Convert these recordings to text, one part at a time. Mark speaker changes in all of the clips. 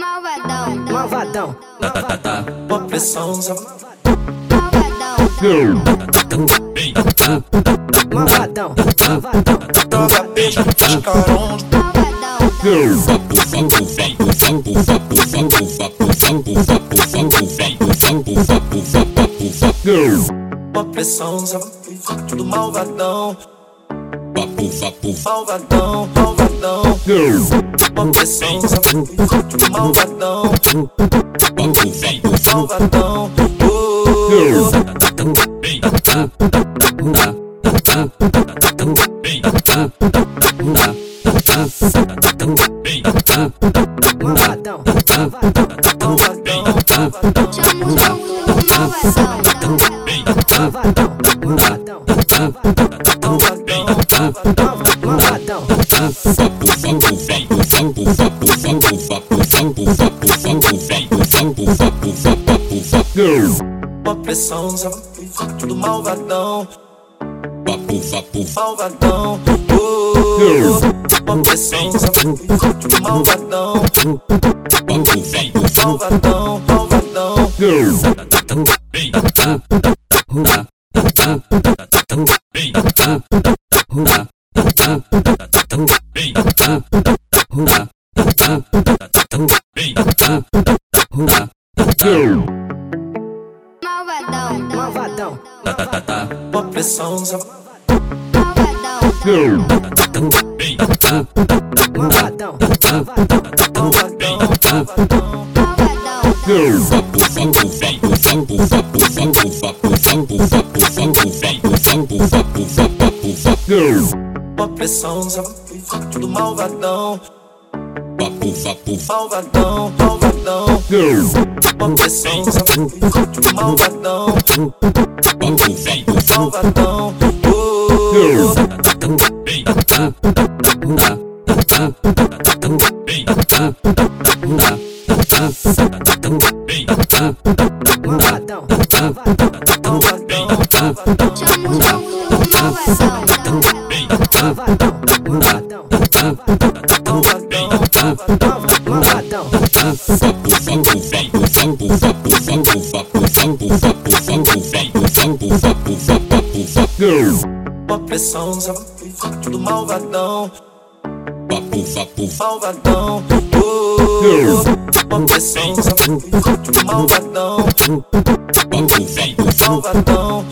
Speaker 1: Malvadão,
Speaker 2: Malvadão.
Speaker 3: tá, uma pressãoza.
Speaker 1: malvadão,
Speaker 2: Malvadão. Malvadão.
Speaker 3: Joga beijo de caronde,
Speaker 1: malvadão.
Speaker 3: uma pressãoza. Tudo malvadão. Malvadão, malvadão. Uma pressãoza. Tudo malvadão. Malvadão. Oh,
Speaker 1: Chama o jogo do
Speaker 2: Malvadão.
Speaker 3: malvadão.
Speaker 1: malvadão.
Speaker 2: Malvadão. Malvadão. Malvadão.
Speaker 3: Uma pressãoza. Tudo malvadão. Malvadão. Oh, uma pressãoza. Tudo malvadão. Malvadão, malvadão.
Speaker 1: Malvadão,
Speaker 2: Malvadão.
Speaker 3: Uma pressãoza.
Speaker 1: malvadão.
Speaker 2: Malvadão.
Speaker 3: Malvadão.
Speaker 1: Malvadão,
Speaker 3: Uma pressãoza. Tudo malvadão. Malvadão, malvadão. Uma pressãoza. Tudo malvadão. Malvadão. Oh,
Speaker 2: Malvadão.
Speaker 3: malvadão.
Speaker 1: chama o jogo do malvadão.
Speaker 2: Malvadão. Malvadão.
Speaker 3: Malvadão.
Speaker 2: Malvadão.
Speaker 3: Uma pressãoza. Tudo malvadão. Malvadão. Oh, uma pressãoza. Tudo malvadão. Malvadão.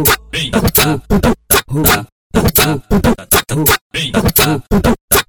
Speaker 3: Oh,